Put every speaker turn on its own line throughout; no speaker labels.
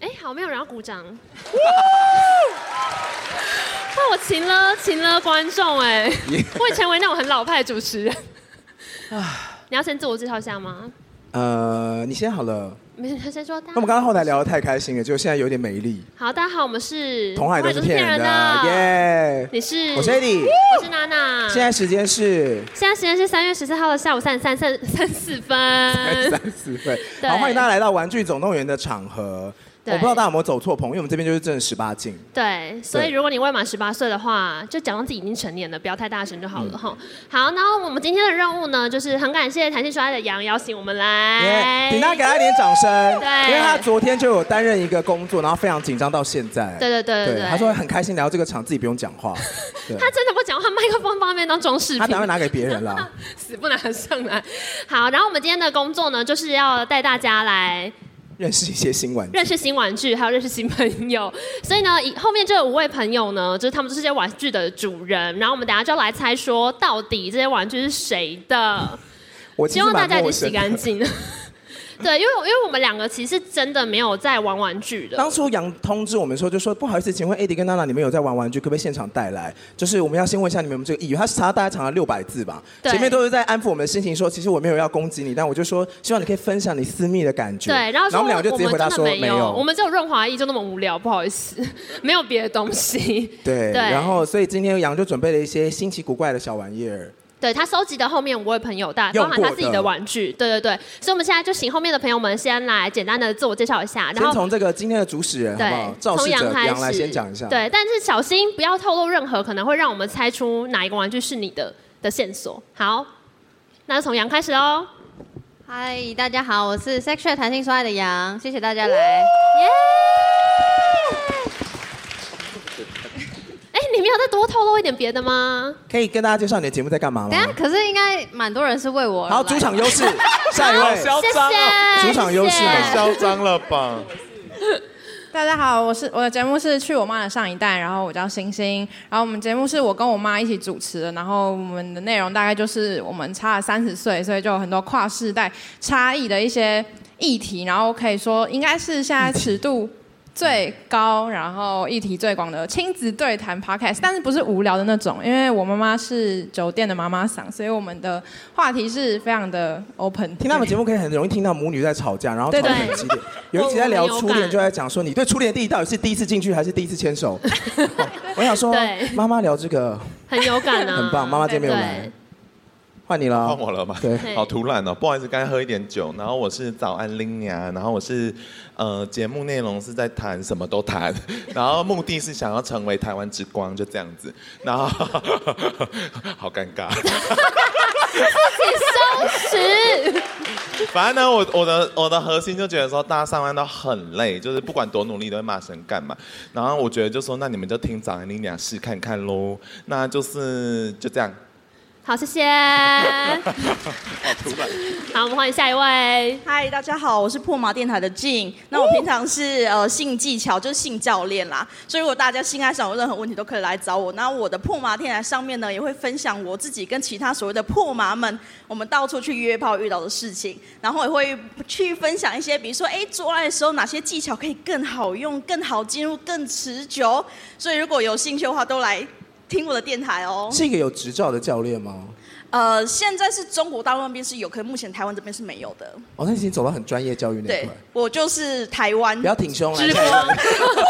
哎鼓掌。那我请了请了观众哎，我也成为那种很老派的主持人。你要先自我介绍一下吗？
呃，你先好了。
没事，他先说。那
那我们刚刚后台聊得太开心了，就现在有点美丽。
好，大家好，我们是
同海都是骗人的，
耶！
耶！
你是
我是 Eddie，
我是娜娜。
现在时间是
现在时间是三月十四号的下午三点三三三四分。
三四分。
嗯 对
好，欢迎大家来到《玩具总动员》的场合。我
对
不知道大家有没有走错棚，因为我们这边就是正十八禁。
对，所以
对
如果你未满十八岁的话，就假装自己已经成年了，不要太大声就好
嗯
了哈。好，然后我们今天的任务呢，就是很感谢弹性说爱的杨邀请我们来
耶！请大家给他一点掌声，
哎对
因为他昨天就有担任一个工作，然后非常紧张到现在。
对对对对对，
他说很开心来到这个场，自己不用讲话。对，
他真的不讲话，麦克风方面当装饰
他
品
打，算拿给别人啦。
死不拿上来。好，然后我们今天的工作呢，就是要带大家来
认识一些新玩具
认。识新玩具，还有认识新朋友。所以呢，以后面这五位朋友呢，就是他们就是这些玩具的主人。然后我们等一下就要来猜说，到底这些玩具是谁的？
我其
希
实
望大
蛮
家已
陌
经
生
洗
的。
干净了。 对，因为因为我们两个其实真的没有在玩玩具的。
当初杨通知我们说，就说不好意思，请问 AD 跟娜娜，你们有在玩玩具，可不可以现场带来？就是我们要先问一下你们有没有这个意愿。他查大概长了六百字吧，
对
前面都是在安抚我们的心情说，其实我没有要攻击你，但我就说希望你可以分享你私密的感觉。
对，然后
我
说
们两个就直接回答
我
说
们真的没
有
我。们只有润滑液就那么无聊，不好意思， 没有别的东西。对
对，然后所以今天杨就准备了一些新奇古怪的小玩意儿。
对他收集的后面五位朋友，大
用
包
过的
含他自己的玩具，对对对，所以我们现在就请后面的朋友们先来简单的自我介绍一下，然
先
后
从这个今天的主使人好不
对
好？肇事者
开
杨来
始，
先讲一下。，
对，但是小心不要透露任何可能会让我们猜出哪一个玩具是你的的线索。好，那就从杨开始哦，
嗨，大家好，我是 Sexual 弹性说爱的杨，谢谢大家来。
哎，你没有再多透露一点别的吗？
可以跟大家介绍你的节目在干嘛
等一下，
吗？
可是应该蛮多人是为我而
好，
来
主场 优势，下一
好
位。
嚣
谢
张哦，
谢，
主场优势嘛
谢谢
嚣张了吧？
大家好，我是我的节目是《去我妈的上一代》，然后我叫星星，然后我们节目是我跟我妈一起主持的，然后我们的内容大概就是我们差了三十岁，所以就有很多跨世代差异的一些议题，然后可以说应该是现在尺度。最高，然后议题最广的亲子对谈 podcast，但是不是无聊的那种，因为我妈妈是酒店的妈妈桑，所以我们的话题是非常的 open。
听他们节目可以很容易听到母女在吵架，然后吵
对
得
对
很激烈。有一集在聊初
我我有
恋，
感
就在讲说你对初恋的定义到底是第一次进去还是第一次 牵手。我想说
对，
妈妈聊这个
很有感啊，
很棒，妈妈今天没有来
对，，
换你了
换。我了吧？
对
对
好突然哦，不好意思，刚才喝一点酒。然后我是早安林雅，然后我是呃节目内容是在谈什么都谈， 然后目的是想要成为台湾之光，就这样子。然后 好尴尬，
请收拾。
反正呢，我我的我的核心就觉得说，大家上班都很累，就是不管多努力都会骂声干嘛。然后我觉得就说，那你们就听早安林雅试看看喽。那就是就这样，
好，谢 谢。
好突然。
好，我们欢迎下一位。
嗨，大家好，我是破麻电台的静。那我平常是呃性技巧，就是性教练啦。所以如果大家性爱上有任何问题，都可以来找我。那我的破麻电台上面呢，也会分享我自己跟其他所谓的破麻们，我们到处去约炮遇到的事情，然后也会去分享一些，比如说哎做爱的时候哪些技巧可以更好用、更好进入、更持久。所以如果有兴趣的话，都来听我的电台哦。
是一个有执照的教练吗？
呃，现在是中国大陆那边是有，可是目前台湾这边是没有的。
哦，那已经走到很专业教育那一
对
块。，
我就是台湾
不要挺胸来
直播
下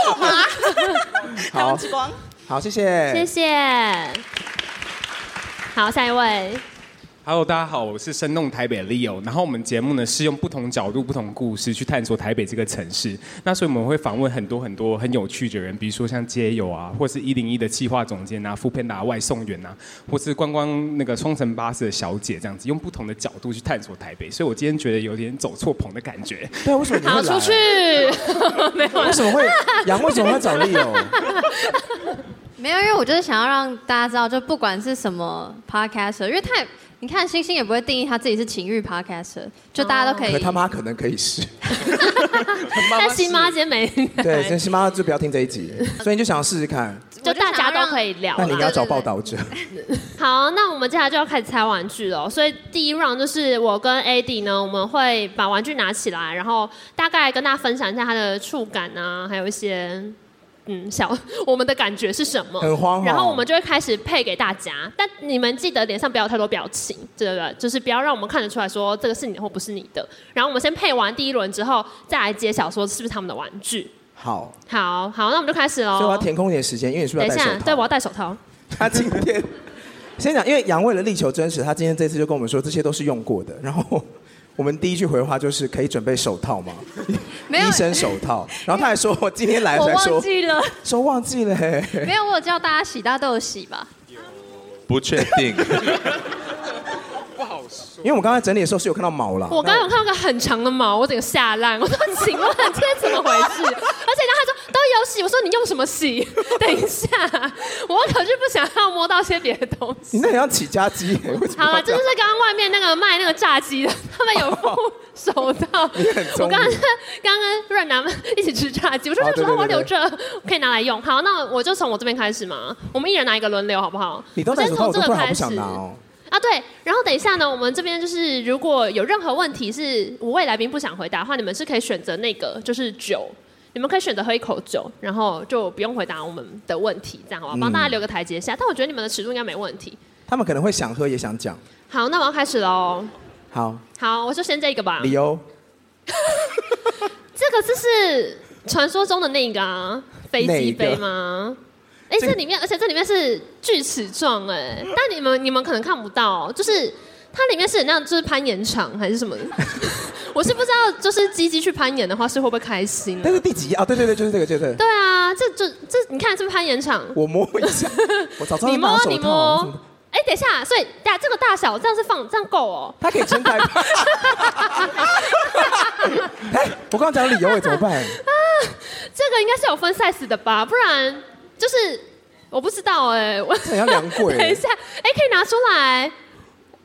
一位
台湾
好
之 光。
好，谢
谢
谢。
谢。好，下一位。
Hello，大家好，我是生动台北 Leo。然后我们节目呢是用不同角度、不同故事去探索台北这个城市。那所以我们会访问很多很多很有趣的人，比如说像街友啊，或是一零一的企划总监啊、副片达外送员啊，或是观光那个双层巴士的小姐这样子，用不同的角度去探索台北。所以我今天觉得有点走错棚的感觉。
对啊，为什么你
好，
会
出去
来？。
没有啊
为。什么会杨？为什么会找哦 利友？
没有，因为我就是想要让大家知道，就不管是什么 podcaster，因为太你看星星也不会定义他自己是情欲 podcaster，就大家都可以。
哦可他妈可能可 以是。
但新妈今天没，
对，所以新妈就不要听这一集，所以你就想要试试看。
就大家都可以聊
那你应该
啦。
找报道者。
好，那我们接下来就要开始拆玩具了哦。所以第一 round 就是我跟 AD 呢，我们会把玩具拿起来，然后大概跟大家分享一下它的触感啊，还有一些嗯小我们的感觉是什么。
很慌哦
然后我们就会开始配给大家，但你们记得脸上不要有太多表情，对不对？就是不要让我们看得出来说这个是你的或不是你的。然后我们先配完第一轮之后，再来揭晓说是不是他们的玩具。
好，
好好，那我们就开始喽。
所以我要填空一点时间，因为你是不
哦等
是
一下，
要戴手套？
对，我要戴手套。
他今天先讲，因为杨为了力求真实，他今天这次就跟我们说这些都是用过的。然后 我们第一句回话就是可以准备手套吗？
没有
医生手 套。然后他还说我今天来
我
才
忘
说
记 了，
说忘记了、欸。
没有，我有叫大家洗，大家都有洗吧？
不确定，
因为我们刚才整理的时候是有看到毛啦。
我刚刚有看到个很长的毛，我整个吓烂。我说：“请问这是怎么回 事？”而且呢，他说都有洗。我说：“你用什么洗？” 等一下，我可是不想要摸到些别的东西。
你那很像起家鸡、欸，为什么
好
要
了，
这
这就
样？
是刚刚外面那个卖那个炸鸡的，他们有附手 套。
很
我
聪明
刚刚刚跟润南们一起吃炸鸡，我说
哦
这时候我
对对
留
对
着可以拿来用。好，那我就从我这边开始嘛，我们一人拿一个轮流，好不好？
你都
我
戴
先
手
从
套，我
这个
都突然好
开
不
始
想拿哦。
啊，对，然后等一下呢，我们这边就是如果有任何问题是五位来宾不想回答的话，你们是可以选择那个就是酒，你们可以选择喝一口酒，然后就不用回答我们的问题，这样好吧？帮大家留个台阶下。但我觉得你们的尺度应该没问题。
他们可能会想喝也想讲。
好，那我要开始喽。
好，
好，我就先这个吧。
理由
这个就是传说中的那个啊，飞
哪一
机
个
杯吗？哎、
这
这里面，而且这里面是锯齿状哎，但你们你们可能看不到，就是它里面是那样，就是攀岩场还是什么的？ 我是不知道，就是鸡鸡去攀岩的话是会不会开 心、
但
啊？
是第几页啊？对对对，就是这个，就是这个。
对啊，这这这，你看是不是攀岩场？
我摸一下，我早知 道
你
要拿
摸
手
你
套
摸。，哎、等一下，所以大这个大小这样是放这样够哦。
他可以撑 台吧？哎，我刚刚讲理由，哎，怎么办？
这个应该是有分 size 的吧，不然就是我不知道哎、我
很像梁 贵
等一下，哎、可以拿出来。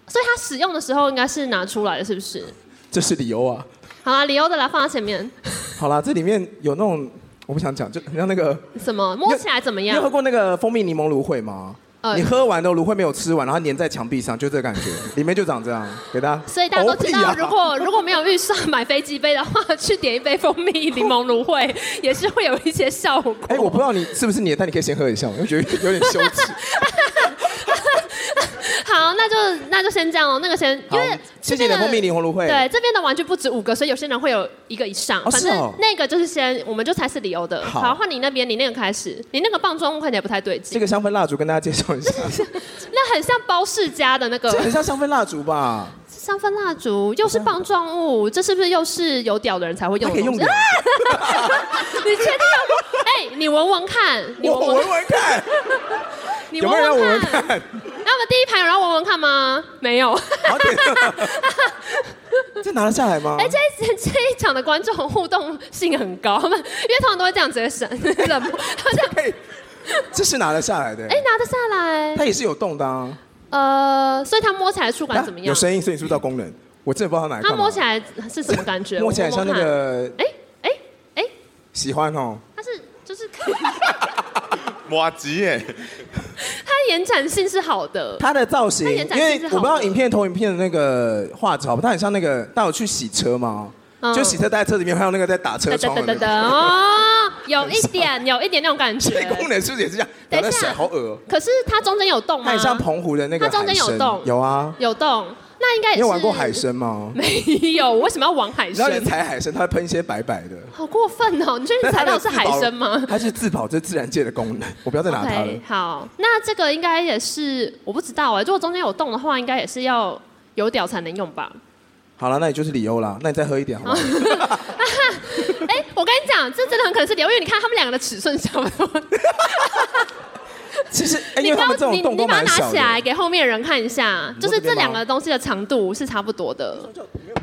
所以它使用的时候应该是拿出来的，是不是？
这是理由啊。
好啦，理由的来放在前面。
好啦，这里面有那种我不想讲，就很像那个。
什么？摸起来怎么
你有喝
样？
过那个蜂蜜柠檬芦荟吗？
呃
你喝完的芦荟没有吃完，然后粘在墙壁上，就这个 感觉，里面就长这样，给大家。
所以大家都知
哦屁
道，
啊
如果如果没有预算买飞机杯的话，去点一杯蜂蜜柠檬芦荟也是会有一些效果。
哎，我不知道你是不是你的，但你可以先喝一下，我觉得有点 羞耻。
好，那就那就先这样哦。那个先，因
好
为，
谢谢你的蜂蜜柠檬芦荟。
对，这边的玩具不止五个，所以有些人会有一个以上。
哦
反
是哦
正那个就是先，我们就猜是理由的。
好
好，换你那边，你那个开始，你那个棒状物看起来不太对
这
劲，
个香氛蜡烛跟大家介绍 一下，
那很像包世家的那个
这很像香氛蜡烛 吧？
香氛蜡烛，又是棒状物，这是不是又是有屌的人才会
它
用
可
的
以
东
用
西？
脸
啊， 你确定要？哎，你闻闻看，你
我
闻
我
闻
闻，闻看，
你
有没有人
闻
要闻
闻
闻
看。
看？
那我们第一排有人要闻闻看吗？没有。
好点，这拿得下来吗？
哎、这一这一场的观众互动性很高，他们因为通常都会这样直接闪 冷漠，好像
嘿这是拿得下来的
哎、，拿得下来，
它也是有动的啊。
呃，所以它摸起来触感怎么
啊有
样？
声音，所以你是不知道功能。我真的不知道它哪个。
它摸起，来是什么感觉？
摸起来
我
像那
看，
个
哎哎哎，
喜欢哦，
它是就是
哇吉耶，
它延展性是好的，
它的造型，
它
因
延展性
为
是好的
我不知道影片投影片的那个画质好不好，它很像那个，大家有去洗车吗？
嗯
就洗车待在车里面，还有那个在打车
噔
窗
噔
的
噔
那
噔噔
个。
哦，有 一点有一点那种感觉
这。功能是不是也是这样？
等
然
一
后在甩，
下，
好恶哦。
可是它中间有动
它
吗？
很像澎湖的那个
它中间有
海参
洞
有啊。
有动，那应该也是。
你有玩过海？参吗？
没有，我为什么要玩海
你知道你
参？
踩海参，它会喷一些白白的。
好过分哦！你确定
但
踩
它
到
的
的是海参吗
自保 它是自保，这是自然界的功能， 我不要再拿它了
？OK，。好，那这个应该也是我不知道哎，如果中间有洞的话，应该也是要有屌才能用吧？
好了，那你就是理由啦，那你再喝一点好不好？
哦哎、我跟你讲，这真的很可能是屌，因为你看他们两个的尺寸差不多。
其实，哎，因
你
为他们这
刚
种
你
洞
你
都
把它
蛮
拿
小
起
的。
来给后面人看一下，
你
就
说
是
这边
这两
吗
个东西的长度是差不多的。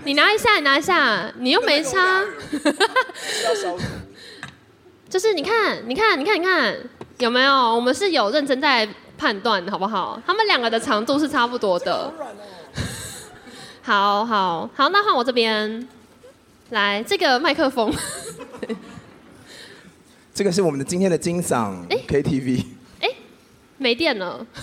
你拿一下，你拿一下，你又没差。 就是你看，你看，你看，你看，有没有？我们是有认真在判断的，好不好？他们两个的长度是差不多的。好好好，那换我这边来这个麦克风。
这个是我们的今天的金嗓
哎
KTV，
没电了。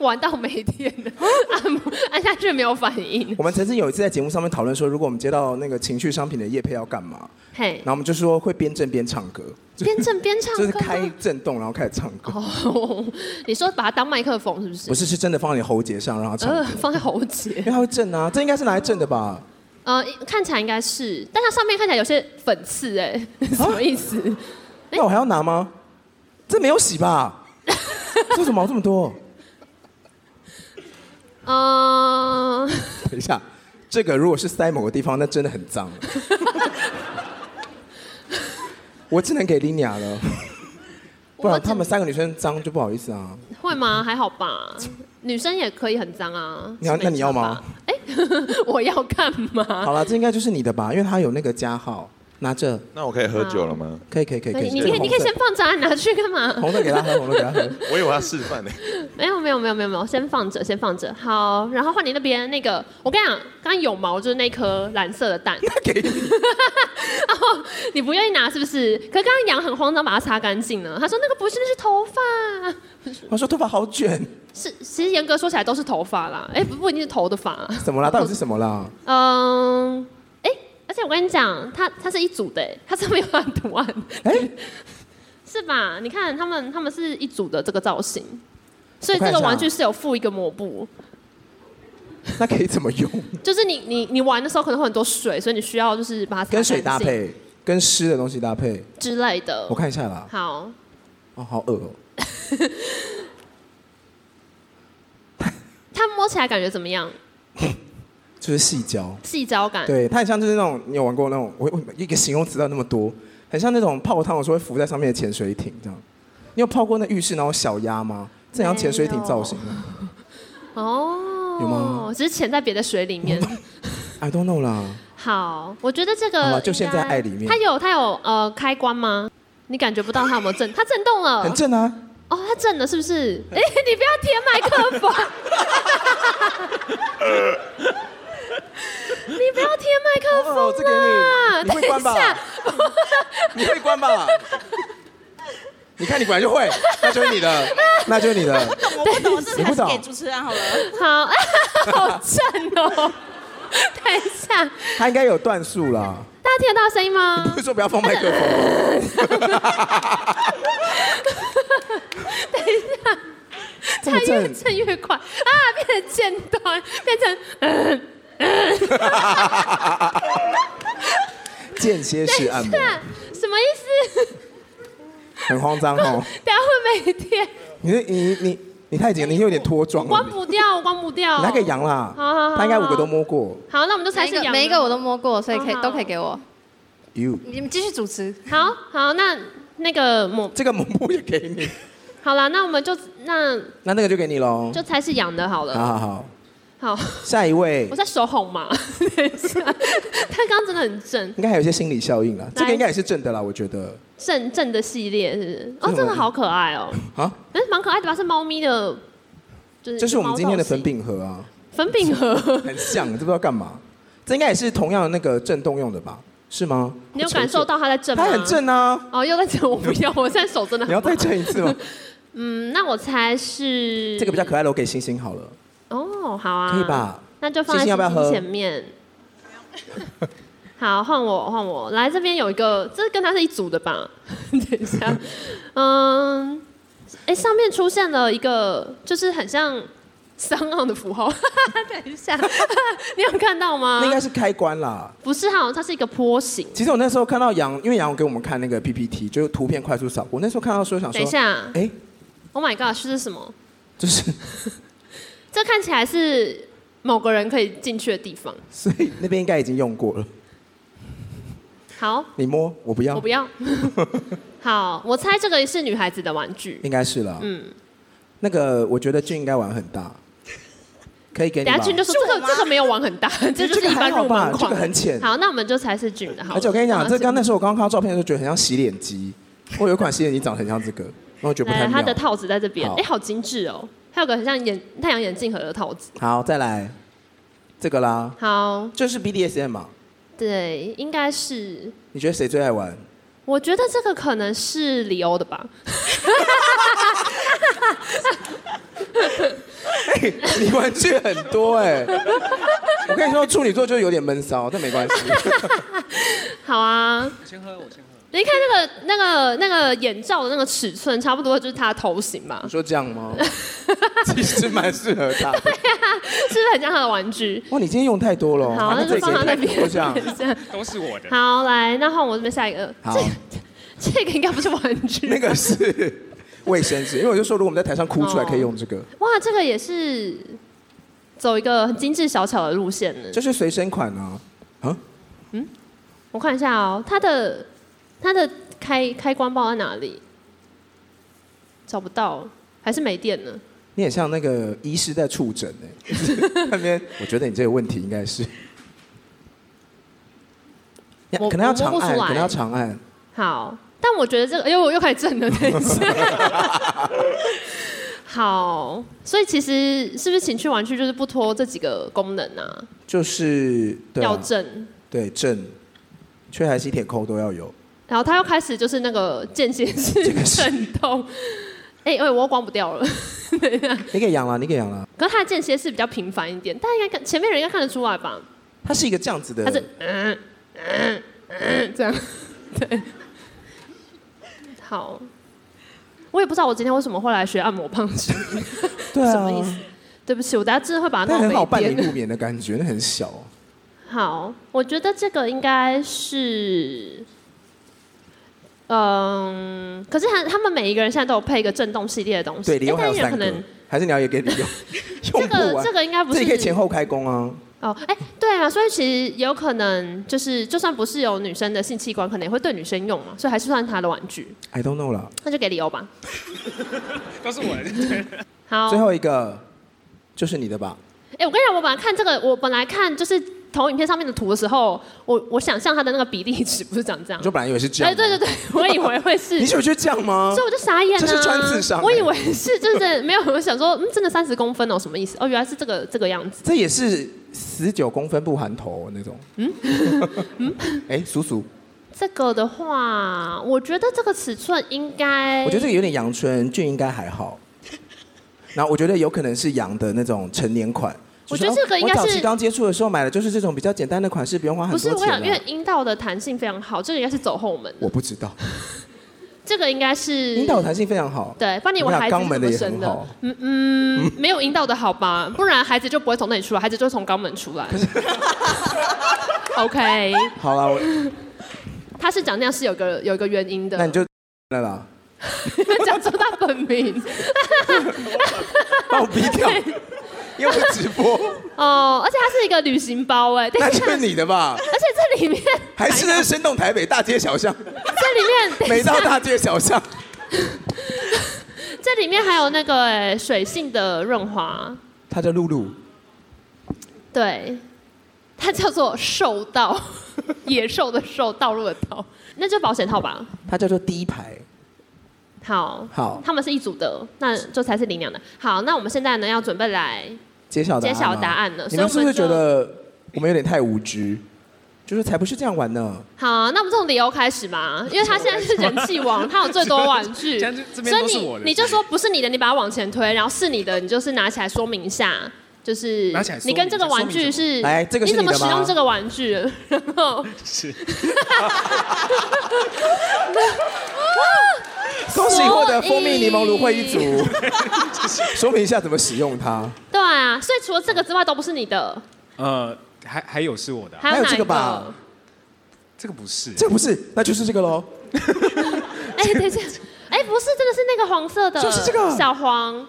玩到没电 了，按摩按下去没有反应。
我们曾经有一次在节目上面讨论说，如果我们接到那个情趣商品的业配要干嘛，
嘿
然，后我们就说会边震边唱歌，
边震边唱
就是
歌
开
吗
震动然后开始唱歌，
哦， 你说把它当麦克风是不是？
不是是真的放在你喉结上让它唱歌，
呃，放在喉结
因为，它会震啊，这应该是拿来震的吧？
呃，看起来应该是，但它上面看起来有些粉刺，哎， 什么意思？哎
那我还要拿吗？这没有洗 吧？这怎么毛这么多？
嗯，
等一下，这个如果是塞某个地方，那真的很 脏。我只能给 Lina 了，不
我
然
只
她们三个女生脏就不好意思啊。
会吗？还好吧，女生也可以很脏啊。
你要
是没
那你要
差
吗
吧？哎， 我要干嘛？
好了，这应该就是你的吧，因为它有那个加号，拿着，
那我可以喝酒了吗？
可以可以可以可以。
你
这
可
个
以你可以
红色
先放着，啊，你拿去干嘛？
红的给她喝，红的给 她喝。
我以为要示范呢。
没有没有没有没有没有，先放着先放着。好，然后换你那边那个，我跟你讲，刚刚有毛就是那颗蓝色的蛋，
那给你
然后你不愿意拿是不是？可刚刚羊很慌张把它擦干净了，他说那个不是那是头发，
我说头发好卷，
是其实严格说起来都是头发啦，哎不不一定是头的发，
怎么啦？到底是什么啦？
嗯，哎而且我跟你讲，它它是一组的，哎它上面有很多图案，
哎、
是吧？你看他们他们是一组的这个造型，所以
我
这
看一
个
下啊
玩具是有附一个抹布。
那可以怎么 用？
就是你你你玩的时候可能会很多水，所以你需要就是把它擦
跟水搭
干净
配，跟湿的东西搭配。
之类的
我。看一下啦。
好，
哦，好恶哦。
它摸起来感觉怎么样？
就是细胶，
细胶感，
对，它很像就是那种你有玩过那种，我我一个形容词到那么多，很像那种泡汤的时候会浮在上面的潜水艇这样。你有泡过那浴室然后小鸭吗？这很像潜水艇造型啊
哦，
有吗？
只是潜在别的水里面。
，I don't know 啦。
好，我觉得这
好
个
吧就陷在爱里面
应该它有它有呃开关吗？你感觉不到它有没有震？它震动了，
很正啊，
哦，它震了是不是？哎、 你不要贴麦克 风，你不要贴麦克风啦
哦，这给你，
啊等
你会关
一
吧
下，？
你会关吧？你看你本来就会，那就是你的，那就是你的。
懂我不懂，这
你
还
不
是
懂
给主持人好了。
好，
哦
啊、好 震哦！等一下，
他应该有段数啦，
大家听得到声音吗
不？是说不要放麦克
等
风，
一下，
这
它
么
越
正，
震越快啊，变成尖端，变成嗯，
间歇式按摩，
看什么意思？
很慌张哦。
等一下会没电，
你那你你你太紧了，你有点脱妆了
关。不掉，关不掉。
你拿给羊啦
好好好，
他应该五个都摸过。
好，那我们就猜
每一
是
个
羊。
每一个我都摸过，所以可以
好好
都可以给我。
You
哦你们继续主持。
好好，那那个抹
这个抹布也给 你，
好了，那我们就那
那那个就给你喽。
就猜是羊的好
好
了。
好好，
好，
下一位
我在手哄嘛。 等一下，他刚刚真的很正，
应该还有一些心理效应啦。这个应该也是正的啦，我觉得
正正的系列是不是？哦，
这个
真的好可爱哦。
啊，
哎，蛮可爱的吧？是猫咪的，就是
这是我们今天的粉
猫造型
饼盒啊，
粉饼盒。
很像，这不知道干嘛。这应该也是同样的那个震动用的吧？是吗？
你有感受到它在震吗？
它很。震 啊！
哦，又在震，我不要，我现在手真的
你
很
要再
麻。
震一次吗？
嗯，那我猜是
这个比较可爱的，我给星星好了，
哦，好啊，
可以？吧？
那就放在
星星要不要
星星
喝
前面。好，换我，换我来这边有一个，这跟它是一组的吧？ 等一下，嗯，哎，上面出现了一个，就是很像三奥的符号。 等一下， 你有看到吗？
那应该是开关啦。
不是哈，它是一个坡形。
其实我那时候看到杨，因为杨给我们看那个 PPT，就是图片快速扫。我那时候看到说想说，
等一下
哎，
，Oh my god，这是什么？
就是
这看起来是某个人可以进去的地方。
所以那边应该已经用过了。
好，
你摸，我不要，
我不要。 好，我猜这个是女孩子的玩具。
应该是了。
嗯，
那个我觉得俊应该玩很 大，可以给你
等下
吧。
俊就说这
是我
个
吗
这个没有玩很大， 这就是
这个
一般
还好
入
吧
门款。
这个很浅
好，那我们就猜是俊的。好了，
而且我跟你讲，这刚那
是
时候我刚刚看到照片的时候，觉得很像洗脸机。我有一款洗脸机长得很像这个，然后我觉得不太
来，它哎的
妙。
套子在这边。
好
哎，好精致哦，还有个很像眼太阳眼镜盒的套子。
好，再来这个啦，
好，
就是 BDSM 嘛。
对，应该是。
你觉得谁最爱玩？
我觉得这个可能是里欧的吧。
哎 你玩具很多哎、我跟你说，处女座就是有点闷骚，但没 关系。
好啊，我先喝，我先喝。你看那个那个那个眼罩的那个尺寸，差不多就是他的头型吧
你，说这样吗？其实蛮适合他的。
是不是很像他的玩具？
哇，你今天用太多了哦。
好，那就放他那边。
就这 样。
这样
都 是我的。
好，来，那换我这边下一个。
好，
这这个应该不是玩具。
那个是卫生纸，因为我就说，如果我们在台上哭出来，
哦
可以用这个，
哇，这个也是走一个很精致小巧的路线呢。
就是随身款啊。啊，
我看一下哦，它的它的开开关报在哪里？找不到，还是没电呢？
你也像那个医师在触诊哎， 那边我觉得你这个问题应该是，呀
我
可能要长
我摸不出
按，
来
可能要长按。
好，但我觉得这个，哎呦，我又开始震了，等一下。 好，所以其实是不是情趣玩具就是不脱这几个功能啊？
就是对啊
要正，
对正，缺还吸铁扣都要有。
然后他又开始就是那个间歇式
这个是
震动。哎、哎、我又关不掉了。等一下，
你给养了，你给养了。
可是他的间歇式比较频繁一点，大家应该看前面人应该看得出来吧？
它是一个这样子的
他，是嗯嗯嗯这样， 对，好。我也不知道我今天为什么会来学按摩棒式，
对
什么意思
啊，
对不起，我等下真的会把它
但很好
弄
伴
没
你
边。
入眠的感觉，那很小哦。
好，我觉得这个应该是，嗯，可是他他们每一个人现在都有配一个震动系列的东西，
对，理由
诶
还有
但是
三
可
个
能，
还是你要也给理由？
这
用不
个
完
这，个应该不
自
是
己可以前后开工啊。
哦，哎、对啊，所以其实有可能就是，就算不是有女生的性器官，可能也会对女生用嘛，所以还是算他的玩具，
I don't know 了。
那就给理由吧。
都是我的。
好，
最后一个就是你的吧，
哎、我跟你讲，我本来看这个，我本来看就是投影片上面的图的时候，我我想象它的那个比例尺不是长这样
我就，本来以为是这
哎、
样。
对对对，我以为会是
你，是不是就这样吗
所以？我就傻眼了、
这是穿刺伤欸
我以为是，就是没有，我想说，嗯，真的三十公分哦，什么意思？哦，原来是这个这个样子。
这也是十九公分不含头那种。 嗯
嗯
哎，叔叔，
这个的话，我觉得这个尺寸应该，
我觉得这个有点阳春，俊应该还 好。然后我觉得有可能是羊的那种成年款。
我觉得这个应该是
我早期刚接触的时候买的就是这种比较简单的款式，不用花很
不
多
是
钱、
我
啊。
想，因为阴道的弹性非常好，这个应该是走后门的
我不知道，
这个应该是
阴道弹性非常好。
对，不然你
我
我
想
孩子
肛
是
门
怎
的
么
也
生
很
的
好？
嗯嗯，没有阴道的好吧？不然孩子就不会从那里出来，孩子就从肛门出来。OK，
好了，我
他是长那样是有个有一个原因的。
那你就了啦，
讲出他本名
把我逼 掉，因为我直播，
哦，而且它是一个旅行包哎，等
那
一
就
下，
是
而
你的吧？
且这里面
还是
哎
那是生动台北大街小巷，
这里面 等一
每
下
到大街 小巷，
这里面还有那个哎水性的润滑，
他叫露露，
对，它叫做兽道，野兽的兽，道路的道，那就保险套吧。
他叫做第一排。
好，
好
他们是一组的，那这才是领养的。好，那我们现在呢要准备来，
揭晓答案吗啊
揭晓答案了
你们是
所以
不
我
是
们就
觉得我们有点太无知？就是才不是这样玩呢。
好，那我们从理由开始嘛，因为他现在是人气 王，他有最多玩具，
这样就这边
所以
都是
你
我的
你就说不是你的，你把它往前推，然后是你的，你就是拿起来说明一下。就是
拿起来说
你
明
跟这个玩具
说
是，
来这个是
你怎么
你的
使
吗
用这个玩
哎
具？然后
恭喜获得蜂
所
蜜
以
柠檬芦荟一 组，说明一下怎么使用它。
对啊，所以除了这个之外都不是你的，
呃，还还有是我的啊、
还
还
有
有
哪
这
一
个吧？
这个不是。
这不是，那就是这个喽。
哎，等一 下，哎，不是，这个是那个黄色的，
就是这个
小黄。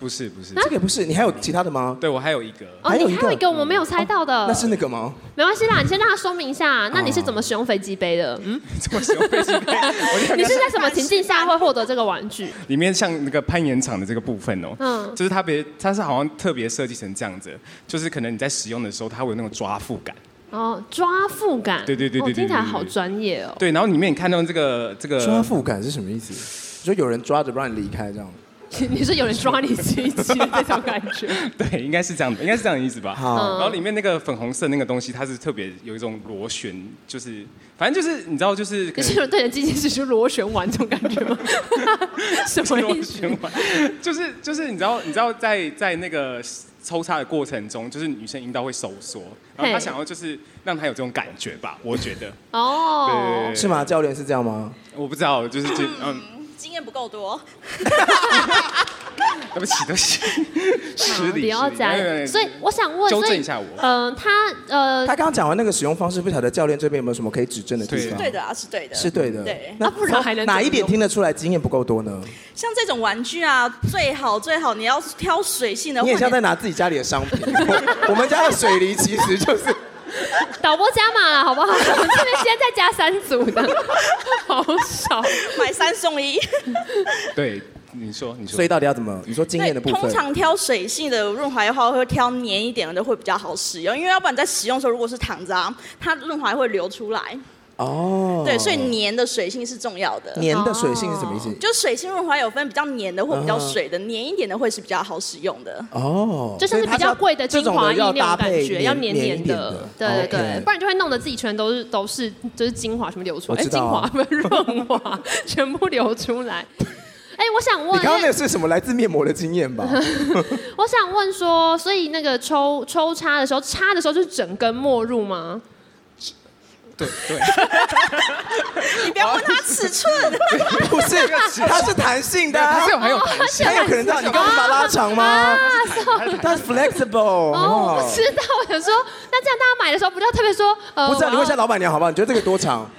不是不是，
啊
这个也不是，你还有其他的吗？
对我还有一个，哦
哦，
还有
你
一
还有
个
一个我们没有猜到的，
那是那个吗？
没关系啦，你先让他说明一下，那你是怎么使用飞机杯的？嗯，
这么喜欢飞机杯，我就
你是在什么情境下会获得这个玩具？
里面像那个攀岩场的这个部分哦，
嗯
就是它别它是好像特别设计成这样子，就是可能你在使用的时候，它会有那种抓腹感。
哦，抓腹感，
对对对
哦
对对
听起来
对对
好专业哦。
对，然后里面你看到这个这个
抓腹感是什么意思？你说有人抓着不让你离开这样？
你是有人抓你鸡鸡的那种感觉，
对，应该是这样的，应该是这样的意思吧。
好
然后里面那个粉红色那个东西，它是特别有一种螺旋，就是反正就是你知 道，就是可
你
能
是有人对你的鸡鸡使出螺旋丸这种感觉 吗？什么意
螺
思？
旋丸， 就是就是你知道你知道在在那个抽插的过程中，就是女生阴道会收缩，然后她
嘿
想要就是让她有这种感觉吧，我觉得。对对对
哦
对，
是吗？教练是这样吗？
我不知道，就是这 嗯，
经验不够多，
对不起对不起，失礼
不要
失礼哎哎
再。
哎
所以我想问，
纠
所
正
以
一下我
嗯，他呃
他，刚刚讲完那个使用方式，不晓得教练这边有没有什么可以指正的地
对
方？
对，的啊，是对的，
是对的。
对
那
啊不然还能怎么
哪一点
用
听得出来经验不够多呢？
像这种玩具啊，最好最好你要挑水性的，
你也
换
像
点
在拿自己家里的商品。我我们家的水梨其实就是
导播加码了，好 不好？我们这边先再加三组的， 好少。
买三送一。
对，你说你 说
所以，到底要怎么？你说经验的部
通
分，
常挑水性的润滑液的话，会挑黏一点的会比较好使用，因为要不然在使用的时候，如果是躺着、啊，它润滑液会流出来。
哦，
对，所以黏的水性是重要的。
黏的水性是什么意思？
就水性润滑有分比较黏的或比较水
嗯
的，黏一点的会是比较好使用的。
哦，
就像是比较贵的精华
所
液那
以它是要这种的要搭
种感
配
觉，
黏
要黏
黏一点
的
的，
对对对
OK，
不然就会弄得自己全都是都是就是精华全部流出来，
我
哎，
知
精
道
华
啊
不是润滑全部流出来。 哎，我想
你
问，
刚刚
因
那
为
个是什么来自面膜的 经验吧？
我想问说，所以那个抽抽插的时候，插的时候就是整根没入吗？
对对，
你不要问它 尺寸，
不是，它是弹性的啊，
它是有很有弹性，
它有可能这样，你刚刚不是把它拉长吗？它是 flexible，
啊哦，我
好
不知道，我想说，那这样大家买的时候，不就要特别说，呃，
不知道
我
你问一下
要
老板娘好不好？你觉得这个多长？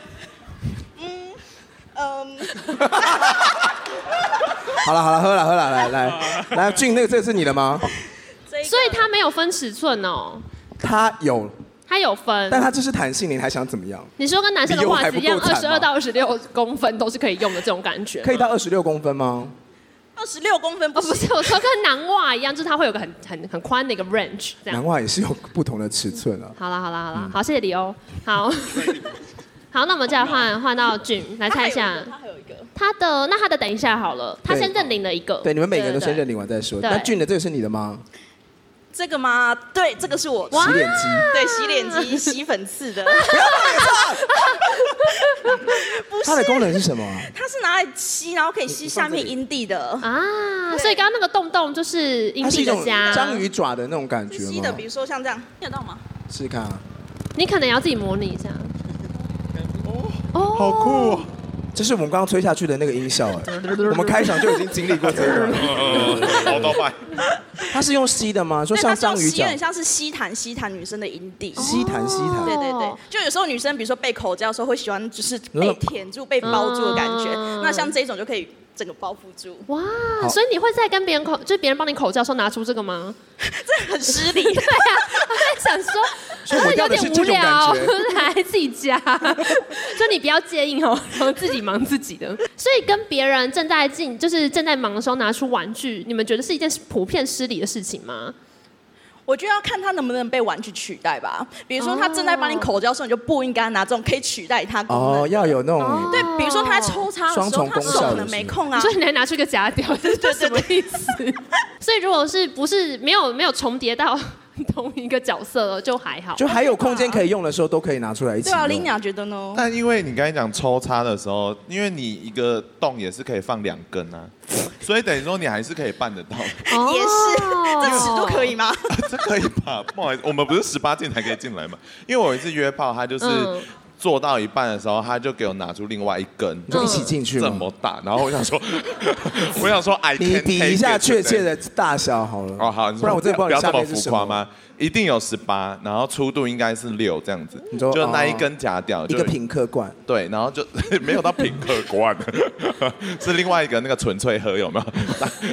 嗯，
好了好了，喝了喝了，来来来，俊那个这个是你的吗？
这一个
所以它没有分尺寸哦，
它有，
它有分
但。它就是弹性，你还想怎么样？
你说跟男生的袜子一样，
理由还
二
不够
十
惨吗
二到二十六公分都是可以用的这种感觉吗，
可以到二十六公分吗？
二十六公分不
哦，不
是。
是，我说跟男袜一样，就是它会有个很很很宽的一个 range 这
南
样。
袜也是有不同的尺寸啊。
好啦好啦好啦，好，谢谢李欧。 好，好，那我们再换换到俊来
它
猜
还
一
有个
下
它还有一个，
他的，那他的等一下好了，他
对
先认领了一个。
对，你们每个人都先
对
认。领完再说。
对
那俊的这个是你的吗？
这个吗？对，这个是我的
洗脸机。
对洗脸机洗粉 刺的，
它的功能是什么啊？
它是拿来吸，然后可以吸下面阴蒂的
对。啊，所以刚刚那个洞洞就是阴
它是
蒂
一种
的家，
章鱼爪的那种感觉
吸的，
吗
比？如说像这样，听得到吗？
试试看啊，
你可能要自己模拟一下。哦，
好酷哦。
这是我们刚刚吹下去的那个音效哎，我们开场就已经经历过这个了。
好多拜。
它是用吸的吗？说
对，
像
它是
章
用
鱼
吸，有
爪
点，像是吸弹吸弹女生的阴蒂。
吸弹吸
对
弹。
对对
哦，
就有时候女生比如说被口交的时候会喜欢就是被舔住、被包住的感觉，
嗯
那像这种就可以整个包覆 住，
哇，
好
所以你会在跟别人口，就是别人帮你口罩的时候拿出这个吗？
很失礼。
对啊，我在想说，
所以我要的是 这
有
种
点
感
无
觉。
聊，来自己家，就你不要介意哦，然后自己忙自己的。 所以跟别人正在进，就是正在忙的时候拿出玩具，你们觉得是一件普遍失礼的事情吗？
我觉得要看他能不能被玩具取代吧。比如说他
哦
正在帮你口交的时候，你就不应该拿这种可以取代他功能。
哦，要有那
哦
种
对，比如说他在抽插的
双
时候，
重
他
功
手
效
可
的
能
是
没空啊
所。以你还拿出一个假屌，这是什么意思？ 所以如果是不是没有没有重叠到同一个角色了，就还好。
就还有空间可以用的时候，都可以拿出来一起
对啊，
用。
林雅觉得 呢？
但因为你刚才讲抽插的时候，因为你一个洞也是可以放两根啊，所以等于说你还是可以办得到，
哦
也是，这尺度可以吗？
这可以吧？不好意思，我们不是十八禁才可以进来嘛。因为我有一次约炮，他就是
嗯
做到一半的时候，他就给我拿出另外一根，
嗯你就一起进去
这
吗？
么大，然后我想说， 我想说，I
你
can
比
take
一下
it
确
today
切的大小好了。
哎哦，好，你说
不然我真的不知道
不
你
要这
下
么
面是
浮
什
夸
么。
吗？一定有十八，然后粗度应该是六这样子，
你说
就那一
哦
根假屌，
一
就
个品客罐，
对，然后就 没有到品客观， 是另外一个那个纯粹喝 有没有？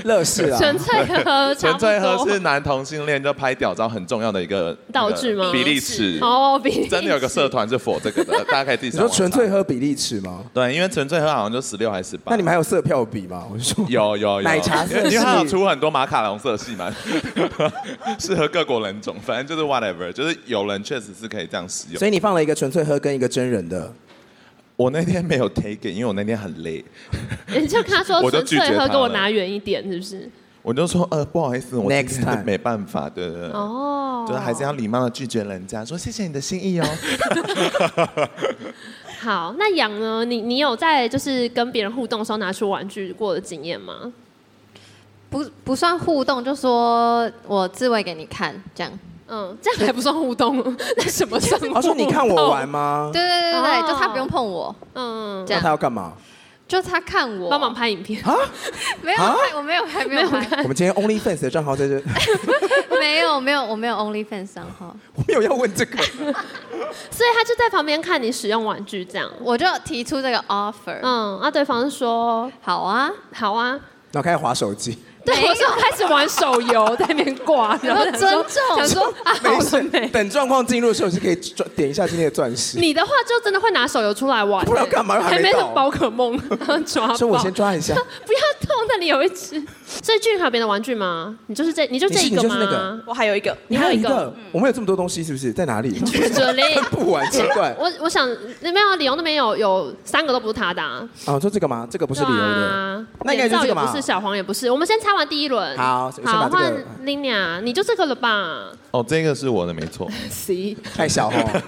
乐事啊，
纯粹喝，差
纯
不
粹
多
喝是男同性恋就拍屌照很重要的一个
道具吗
那个比例尺，
哦，比
真的有个社团是否这个的，大家可以自己
你
上
说
网查
纯粹喝比例尺吗？
对，因为纯粹喝好像就十六还是十八。
那你们还有色票比吗？ 我是说，
有有有
奶茶
因
色
为
系
因为它有出很多马卡龙色系嘛， 适合各国人种，反正就是 whatever，就是有人确实是可以这样使 用
所。以你放了一个纯粹喝跟一个真人的，
我那天没有 take it，因为我那天很累，
你就跟他说
我就
纯
拒绝
粹喝，
他
给我
了
拿远一点，是不是？
我就说呃不好意思，我
Next
今天
time
没办法，对对对，
哦，
就是还是要礼貌的拒绝人家，说谢谢你的心意哦。
好。那养呢？你你有在就是跟别人互动的时候拿出玩具过的经验吗？
不不算互动，就说我自慰给你看这样。
嗯，这样还不算互动， 那什么算？
哦他说：“你看我玩。吗
对对对对
哦
对，就他不用碰我，
嗯，
这”
那他
样
要 干嘛？
就他看我，
帮忙拍影片。
没有
啊
拍，我没有拍，没有拍，
我们今天 OnlyFans 的账号在这，
没有没有，我没有 OnlyFans 账号，
我没有要问这个。
所以他就在旁边看你使用玩具这样。
我就提出这个 offer，
嗯，啊，对方说
好啊，
好啊。
然后开始划手机，
对，我说开始玩手游，在那边挂，然后
然后
想说
尊重
想说啊， 好
没
了
事。
没？
等状况进入的时候，是可以转点一下今天的钻石。
你的话就真的会拿手游出来玩，欸
不然干嘛
还
还
没
没
什
到
么宝可梦 抓爆，。
所以我先抓一下
不要动，那里有一只。所以俊还有别的玩具吗？你就是这，你就这一个吗？
你是你就是那个
我还有一个，
你还有一个，嗯
我们有这么多东西，是不是？在哪里？
准嘞。
不玩奇怪
我我想那边啊，李荣那边有有三个都不是他的、啊，
啊！说这个吗？这个不
不
是理由的。那应该就是
也
这个吧
不是小黄也不是。我们先猜完第一轮，
好先把
好
这个
换 Lina，你就这个了吧？
哦，这个是我的没错，
行，
太小红，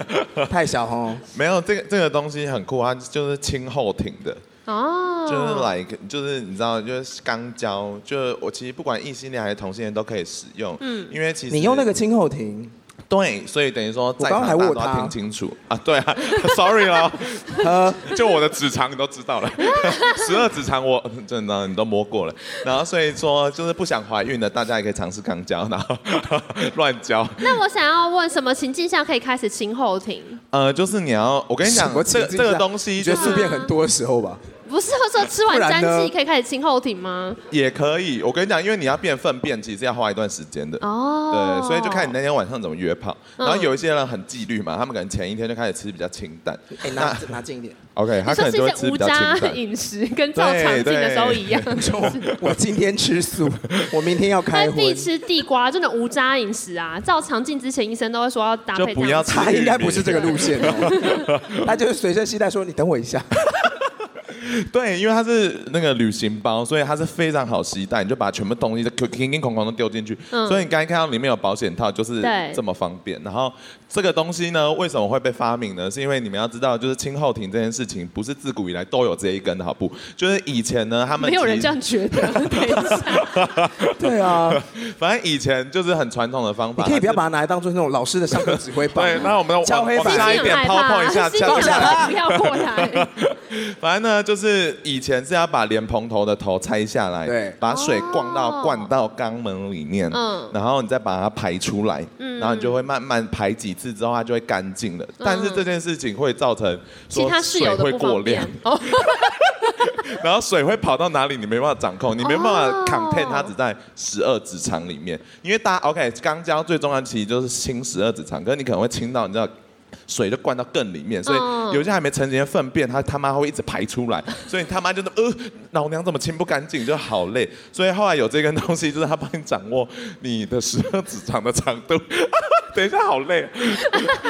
太小红。
没有这个这个东西很酷，它就是清后庭的，
哦，
就是来就是你知道就是钢胶，就是我其实不管异性恋还是同性恋都可以使用，嗯，因为 其实
你用那个清后庭，
对，所以等于说在
刚刚
场大
还
家
握
都要
它
听清楚啊，对啊 ，sorry 哦，
呃，
就我的指长你都知道了， 十二指肠我真的你都摸过了，然后所以说就是不想怀孕的，大家也可以尝试肛交，然后 乱交，
那我想要问，什么情境下可以开始亲后庭？
呃，就是你要我跟你讲
什么，情
这个
境
这个
下
东西
你觉
就
得
是
宿便很多的时候吧？
不是，我说吃完
不然
沾
呢
剂可以开始亲后庭吗？
也可以，我跟你讲，因为你要变粪便，其实要花一段时间的。
哦
对，，所以就看你那天晚上怎么约炮。
嗯
然后有一些人很纪律嘛，他们可能前一天就开始吃比较清淡。
哎，拿拿近一点。
OK，他
你说
可
是
能就
一
会
些
吃
无
比较清
渣
淡。
饮食，跟照
对
肠镜的
对
时候一样，
我今天吃 素，我明天要开
但必
荤。
吃地瓜，真的无渣饮食啊！照肠镜之前，医生都会说要搭
就
配
不
这
要
样
吃
子。
他应该不是这个路线 哦，他就是随身携带说：“你等我一下。
对，因为它是那个旅行包，所以它是非常好携带，你就把全部东西都叮叮哐哐都丢进去。
嗯
所以你刚才看到里面有保险套，就是
对
这么方便。然后这个东西呢，为什么会被发明呢？是因为你们要知道，就是清后庭这件事情不是自古以来都有这一根的好不？就是以前呢，他们
没有人
其实
这样觉 得。等一下，”
对啊，
反正以前就是很传统的 方
你
法。
可以不要把
它
它拿来当做那种老师的上课指挥
是
棒吗。
对，那我们
敲
往
黑
往下
板
一点抛碰一下，
啊心想
敲一
下
害怕不要过来。
反正呢，就是以前是要把莲蓬头的头拆下来，
对
把水灌
哦
到灌到肛门里面，
嗯
然后你再把它排出来，
嗯
然后你就会慢慢排几次之后，它就会干净了。但是这件事情会造成
嗯其
说
他室
水
友的
会
不
过
方
量
便，。哦，
然后水会跑到哪里，你没办法掌控，你没办
哦
法 contain 它只在十二指肠里面，因为大家 OK，肛交最重要的其实就是清十二指肠，可是你可能会清到你知道。水就灌到更里面，所
嗯
以有些还没成年的粪便，它他妈会一直排出来，所以你他妈就是呃，老娘怎么清不干净，就好累。所以后来有这根东西，就是它帮你掌握你的十二指肠的长度。 等一下，好累，啊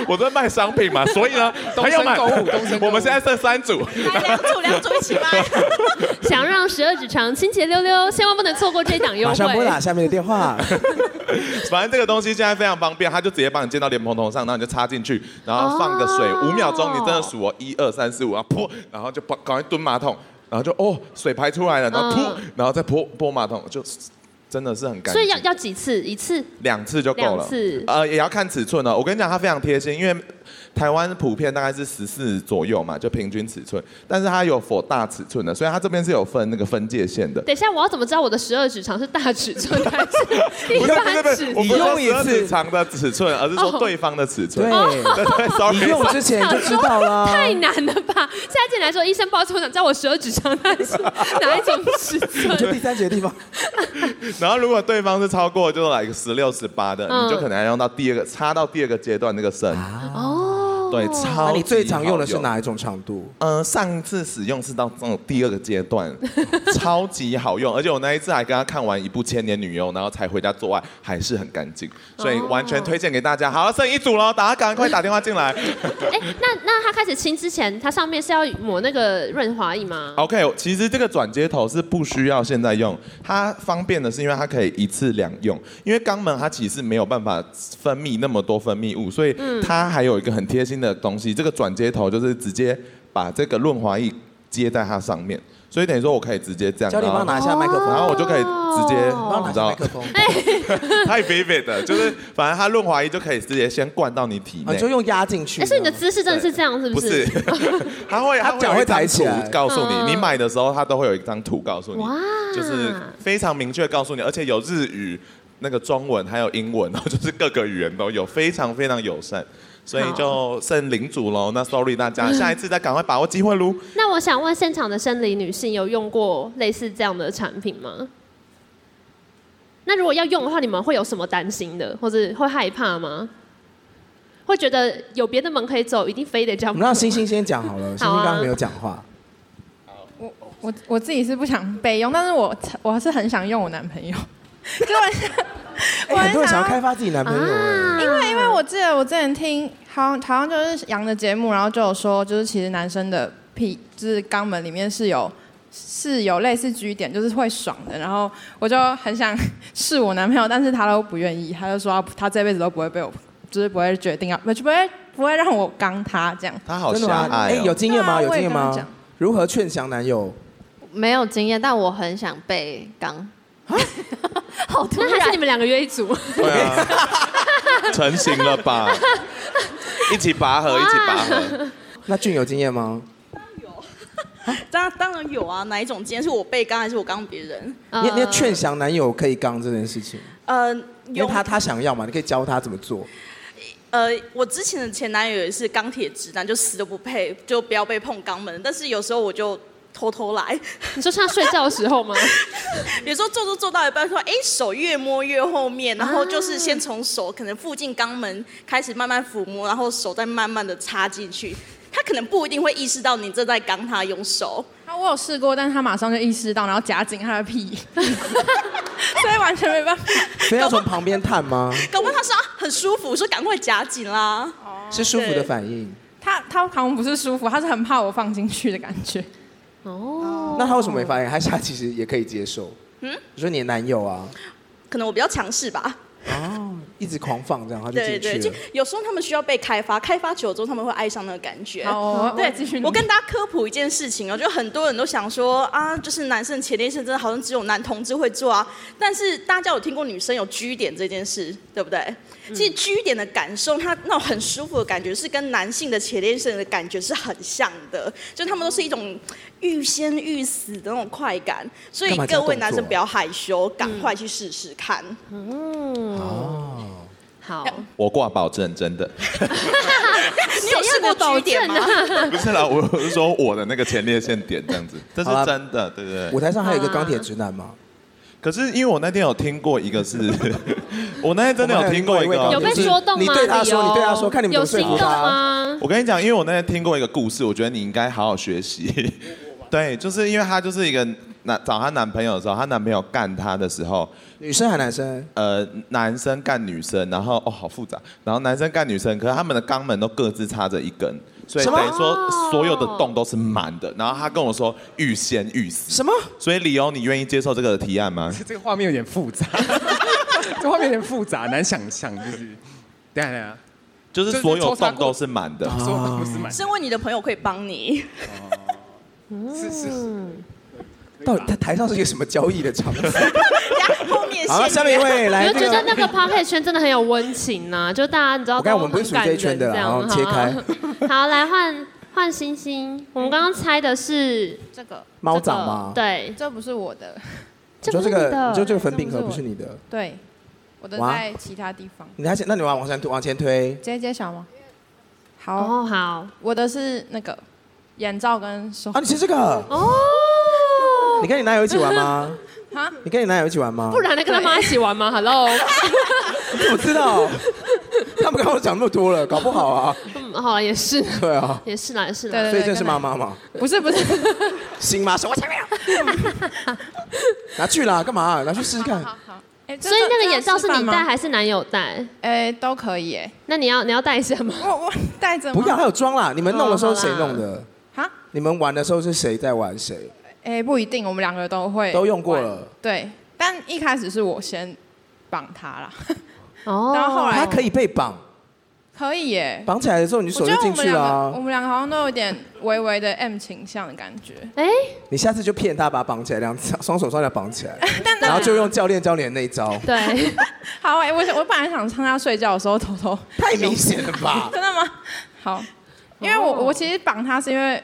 我在卖商品嘛，所以呢，
东
朋
升
友们
购物东升购物
我们现在剩三组，
来两组两组一起卖。
哦想让十二指肠清洁溜溜，千万不能错过这档优
马
惠。
上拨打下面的电话。
反正这个东西现在非常方便，它就直接帮你接到莲蓬头上，然后你就插进去，然后放个水
哦
五、秒钟，你真的数我一二三四五，然后噗，然后就把赶快蹲马桶，然后就哦水排出来了，然后噗，
嗯
然后再泼泼马桶，就真的是很干
所
净
以。要要几次？一次
两次就够了
两次，
呃，也要看尺寸哦。我跟你讲，它非常贴心，因为台湾普遍大概是十四左右嘛，就平均尺寸，但是它有否大尺寸的，所以它这边是有分那个分界线的。
等一下，我要怎么知道我的十二指肠是大指寸还是 一
不是不是
般
不
指
是，？我不是说
你用一次
12指长的尺寸，而是
哦
说对方的尺寸。
对，
对对，sorry，
你用之前就知道啦。
太难了吧！下进来说，医生抱歉，我想知道我十二指肠它是哪一种尺
就
寸？
第三节的地方，
然后如果对方是超过就是来个十六、十八的，
嗯
你就可能要用到第二个插到第二个阶段那个绳。
哦，
对，超
那你最
级
常用的
好
是哪一种长度？
呃，上次使用是到这种第二个 阶段，超级好用，而且我那一次还跟他看完一部《千年女优》，然后才回家做爱，还是很干净，所
哦
以完全推荐给大家。好，剩一组喽，大家赶快打电话进来。
哎、那那他开始亲之前，他上面是要抹那个润滑液吗？
OK，其实这个转接头是不需要现在用，它方便的是因为它可以一次两用，因为肛门它其实没有办法分泌那么多分泌物，所以它还有一个很贴心的东西，这个转接头就是直接把这个润滑液接在它上面，所以等于说我可以直接这样，
教练帮我拿一下麦克风，
然后我就可以直接，
帮我拿
你
一
知
下
道
麦，克风，
太 vivid 了，就是反正它润滑液就可以直接先灌到你体
啊，
内
你就。用压进去。
哎、所以你的姿势真的是这样，是
不是
是？，
它会
它
它
脚
会有
会
一张
抬起来
图告诉你，
嗯
你买的时候它都会有一张图告诉你
哇，
就是非常明确告诉你，而且有日语、那个中文还有英文，然后就是各个语言都有，非常非常友善。所以就剩领主喽，那 sorry 大
嗯
家，下一次再赶快把握机会喽。
那我想问，现场的生理女性有用过类似这样的产品吗？那如果要用的话，你们会有什么担心的，或者会害怕吗？会觉得有别的门可以走，一定非得这样
我
吗？
们让星星先讲好了，星
好啊
星刚刚没有讲话。
我我自己是不想备用，但是我我是很想用我男朋友，就我很 想
哎，很多人想要开发自己男朋友，哎
因为因为我记得我之前听好像好像就是杨的节目，然后就有说，就是其实男生的屁就是肛门里面是有是有类似 G 点，就是会爽的。然后我就很想试我男朋友，但是他都不愿意，他就说他他这辈子都不会被我，就是不会决定要，不不会不会让我刚他这样。
他好
真的吗？
狭隘
哎，有
哦，
经验吗？
对
有
啊
经验
我也这样
吗
讲？
如何劝降男友？
没有经验，但我很想被刚。
啊
好突
那还是
然
你，们两个约一 组？
对啊，成型了吧？一起拔河，一起拔河。
那俊有经验吗？
当 当然有啊，哪一种？今天是我被刚还是我刚别人？
你你
呃
要劝降男友可以刚这件事情，
呃，
因
有
为他他想要嘛，你可以教他怎么做。
呃，我之前的前男友也是钢铁直男，就死都不配，就不要被碰肛门。但是有时候我就偷偷来，
你说像睡觉的时候吗？
有时候做做做到一半说，哎、手越摸越后面，然后就是先从手可能附近肛门开始慢慢抚摸，然后手再慢慢的插进去。他可能不一定会意识到你正在刚他用手，
他我有试过，但是他马上就意识到，然后夹紧他的 屁，所以完全没办法。
所以要从旁边探吗？
搞不好他说、啊、很舒服，我说赶快夹紧啦。
是舒服的反应。
他他好像不是舒服，他是很怕我放进去的感觉。
哦，
那他为什么没发现？还是他其实也可以接受？嗯，你说你的男友啊，
可能我比较强势吧。
哦，一直狂放这样，他就
对
进
对，
去
就
了。
有时候他们需要被开发，开发久了之后他们会爱上那个感觉。
好，我
对
我继续，。
我跟大家科普一件事情哦，就很多人都想说啊，就是男生前列腺真的好像只有男同志会做啊，但是大家有听过女生有 G 点这件事，对不对？
嗯
其实 G 点的感受，它那种很舒服的感觉，是跟男性的前列腺的感觉是很像的，就他们都是一种欲仙欲死的那种快感，所以
干嘛这
各
样
位
动
男生
作啊嗯
不要害羞，赶快去试试看。
哦
哦
好，
我挂保证，真的
你有试过 G 点吗？
啊
啊
不是啦，我我是说我的那个前列腺点这样子，这是
好啦
真的，对对对。
舞台上还有一个钢铁直男嘛，
可是因为我那天有听过一个是， 我那天真的有听过一个
我们还
有
另外
被
一位
说动吗？
你对他说，
理由
你对他说，看你们怎
有
么说
心
服
动
他。
吗？
我跟你讲，因为我那天听过一个故事，我觉得你应该好好 学习。对，就是因为她就是一个男找她男朋友的时候，她男朋友干她的时候，
女生还男生？
呃，男生干女生，然后哦好复杂，然后男生干女生，可是他们的肛门都各自插着一根，所以
什么
等于说所有的洞都是满的。然后她跟我说欲仙欲死，
什么？
所以理由你愿意接受这个提案吗？
这个画面有点复杂，这画面有点复杂，难想象，就是。等一下等一下，
就是所有洞都是满的。
哦
说不是蛮
身为你的朋友可以 帮你。
是是是
到底他台上是一个什么交易的场景？
后面
好了，
先
下面一位来
我就
哎
觉
这
得
个。
那 个 p o c a s t 圈真的很有温情呐、就大家你知道
我
都
看我
很
们不是属于
感
这
人
一圈的啦
这样
然后切 开
好好，来换换星星。我们刚刚猜的是
这个，
猫
这个
掌吗？，
对，
这不是我的，
你说这
不是你
个，
的
你说这个粉饼盒
这
不
不
是
是我
你的，
对，我的
哇
在其他地方。
你还想？那你往往前推，往前推。
接接小吗？好，
哦好
我的是那个眼罩跟手
啊，你吃这个？
哦，
你跟你男友一起玩吗？
啊，
你 跟你男友一起玩吗？
不然呢跟他妈一起玩吗？Hello，
你怎么知道？他他们刚刚讲那么多了，搞不好啊。
嗯，好了，也是，
对啊，
也是啦，也是啦。
对
所以这是妈妈嘛？
不 是不是，
新妈说：“我才没有。”拿去啦，干嘛？啊拿去试试看。
哎这
所以那
这
个眼罩是
这要示
你
范
戴
吗？
还是男友戴？
哎，都可以哎，
那你要你要戴一下吗？
我我戴着吗
不要，还有装啦！你们弄的时候
哦好
谁
啦
弄的？
哈，
你们玩的时候是谁在玩谁？
哎，不一定，我们两个都会
都用过
玩
了。
对，但一开始是我先绑它啦，
哦
然后后来
它可以被绑，
可以耶。
绑起来的时候你
我
手就
觉得我
进
们
去
两
啦、
个，我们两个好像都有点微微的 M 倾向的感觉。
哎，
你下次就骗他把它绑起来，两只双手双脚绑起来，
但
然后
那
就用教练教练那一 招，
对，
好哎、我想我本来想趁他睡觉的时候偷偷，？
太明显了吧
真的吗？ 好，因为我、
哦
我其实绑他是因为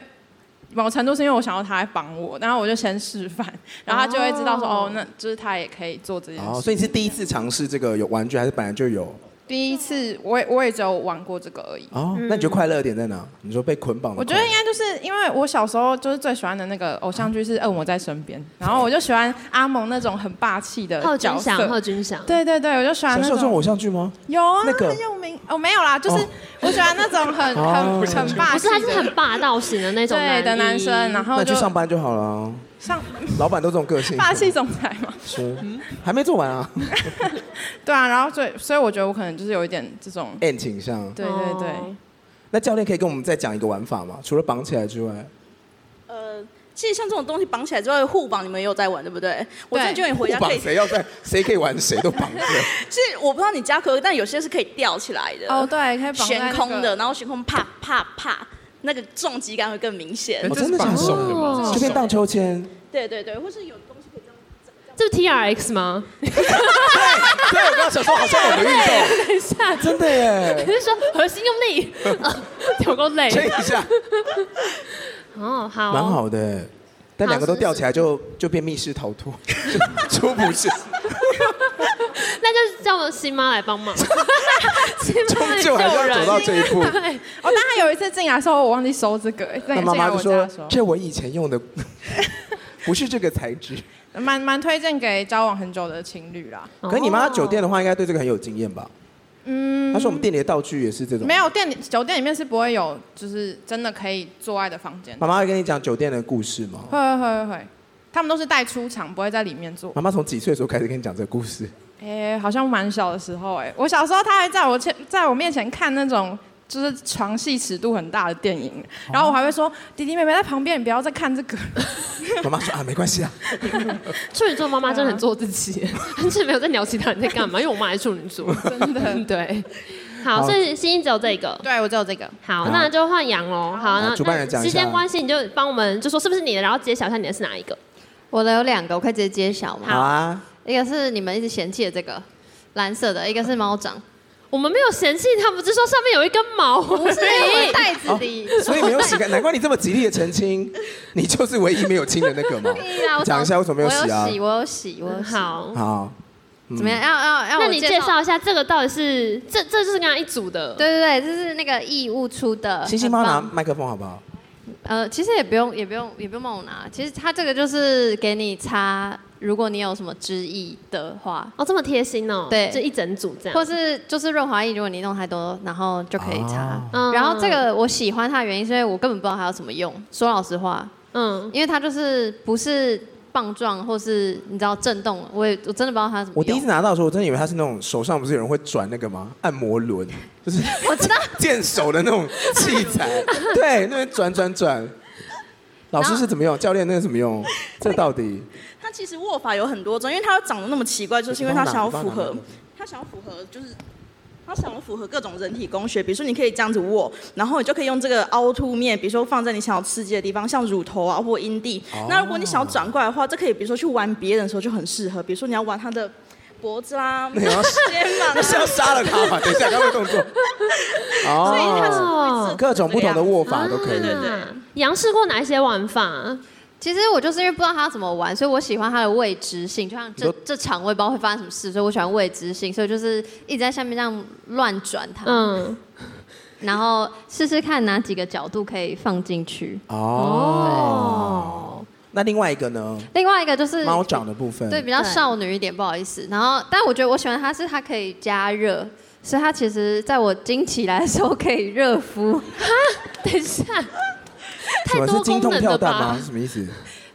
某程度是因为我想要他来绑我，然后我就先示范，然后他就会知道说
哦
哦那就是他也可以做这件事。
哦，所以你是第一次尝试这个有玩具，还是本来就有？
第一次我也我也只有玩过这个而已。
哦，那你觉得快乐的点在哪？你说被捆绑的快乐？
嗯我觉得应该就是因为我小时候就是最喜欢的那个偶像剧是《恶魔在身边》，然后我就喜欢阿蒙那种很霸气的
贺
角
军
色
翔，。贺军翔，
对对对，我就喜欢
小
那
时候这种
种
偶像剧吗？
有啊，
那个
很有名哦，没有啦，就是我喜欢那种 很
哦
很很霸
不
气
是，他
的
是很霸道型的那种
对的男
一
生，然后
那
就
你去上班就好了啊、
上
老板都这种个性，
霸气总裁嘛，
是还没做完啊
对啊，然后所以所以我觉得我可能就是有一点这种，
，N 倾向。
对对对，
哦
那教练可以跟我们再讲一个玩法吗？除了绑起来之外，
呃，其实像这种东西绑起来之后，护绑你们也有在玩，对不对？我真的觉得你回
不
家
绑
可以，
谁要在谁可以玩谁都绑着。
是我不知道你家可不可以，但有些是可以吊起来的，
哦，对，可以绑在那
悬
个
空的，，然后悬空啪啪啪，那个撞击感会更明显
哎。
哦
这
真的
是
假的
绑手的
哦
吗？
这边荡秋千，
对对对，或是有东西可以这样。
这是 T R X 吗？
对，我刚刚想说好像有个运动，
等一下，
真的耶
你，是说核心用 力？啊有够累
吹一下，
哦，好，
蛮。好的。但两个都吊起来就就变密室逃脱， 就出不 是，
那就是叫新妈来帮 忙，新妈来
终究还是要走到
人。
这一步。
对，
哦，但他有一次进来的时候，我忘记收这个，哎
那
在你
妈
进
妈
来
就
我家
说
的时：“
这我以前用的 不是这个材质。
候，蛮蛮推荐给交往很久的情侣啦。”
可你妈酒店的话，应该对这个很有经验吧？
嗯，
她说我们店里的道具也是这种。
没有店里酒店里面是不会有，就是真的可以做爱的房间，
妈妈会跟你讲酒店的故事吗？
会会会会会，他们都是带出场，不会在里面做。
妈妈从几岁的时候开始跟你讲这个故事？
哎、好像蛮小的时候哎、我小时候他还在我前，在我面前看那种就是床戏尺度很大的电影，然后我还会说弟弟妹妹在旁边，你不要再看这个。
妈妈说啊，没关系啊，
处女座妈妈真的很做自己，
啊
完全没有在聊其他人在干嘛，因为我妈也是处女 座，真 的对。好，
好
所以欣欣只有这个。
对，我只有这个。
好，
好
那就换杨喽。好，那
主办人讲一下
时间关系，你就帮我们就说是不是你的，然后揭晓一下你的是哪一个。
我的有两个，我可以直接揭晓吗？
好啊，
一个是你们一直嫌弃的这个蓝色的，一个是 猫掌，
我们没有嫌弃他们，只是说上面有一根 毛而已。
袋子里。
所以没有洗干，难怪你这么极力的澄清，你就是唯一没有亲的那个嘛。
啊
讲一下为什么没有洗啊
我有洗，我有洗，我有洗。
好，
好，
怎么样？要要要我
那你介
介
绍一下这个到底是这这就是跟他一组的，
对对对，这是那个义务出的，
星星帮我拿
呃很棒
麦克风好不好？
呃，其实也不用，也不用，也不用帮我拿。其实它这个就是给你擦，如果你有什么汁液的话，
哦，这么贴心哦，
对
就一整组这样，
或是就是润滑液，如果你弄太多，然后就可以擦。
哦
嗯
然后这，个我喜欢它的原因，是因为我根本不知道它有什么用。说老实话，
嗯，
因为它就是不是棒状，或是你知道震动，我也我真的不知道它有什么
我第一
用
次。拿到的时候，我真的以为它是那种手上不是有人会转那个吗？按摩轮，就是
我知道，
健手的那种器材，对，那边转转转。老师是怎么用？教练那个怎么用？这到底
它其实握法有很多种，因为它长得那么奇怪，就是因为它想要符合，它想要符合就是。它想要符合各种人体工学，比如说你可以这样子握，然后你就可以用这个凹凸面，比如说放在你想要刺激的地方，像乳头啊或阴蒂。
哦
那如果你想要转过来的话，这可以比如说去玩别人的时候就很适合，比如说你要玩他的脖子啊啦、肩
要
膀
那是要
啊。
杀了他吧？等一下，刚刚动作。
所以它是
哦，
哦
会是
各种不同的握法都可以。
对对对，
杨试过哪一些玩法？
其实我就是因为不知道它怎么玩，所以我喜欢它的未知性。就像
你
这
说
这场我也不知道会发生什么事，所以我喜欢未知性，所以我就是一直在下面这样乱转它。
嗯，
然后试试看哪几个角度可以放进去。
哦，
哦，
那另外一个呢？
另外一个就是
猫掌的部分，
对比较少女一点，不好意思。然后，但我觉得我喜欢它是它可以加热，所以它其实在我惊起来的时候可以热敷。
等一下，
什
太
么是
多
精
功
通
能
跳
了
蛋吗？
吧
是？什么意思？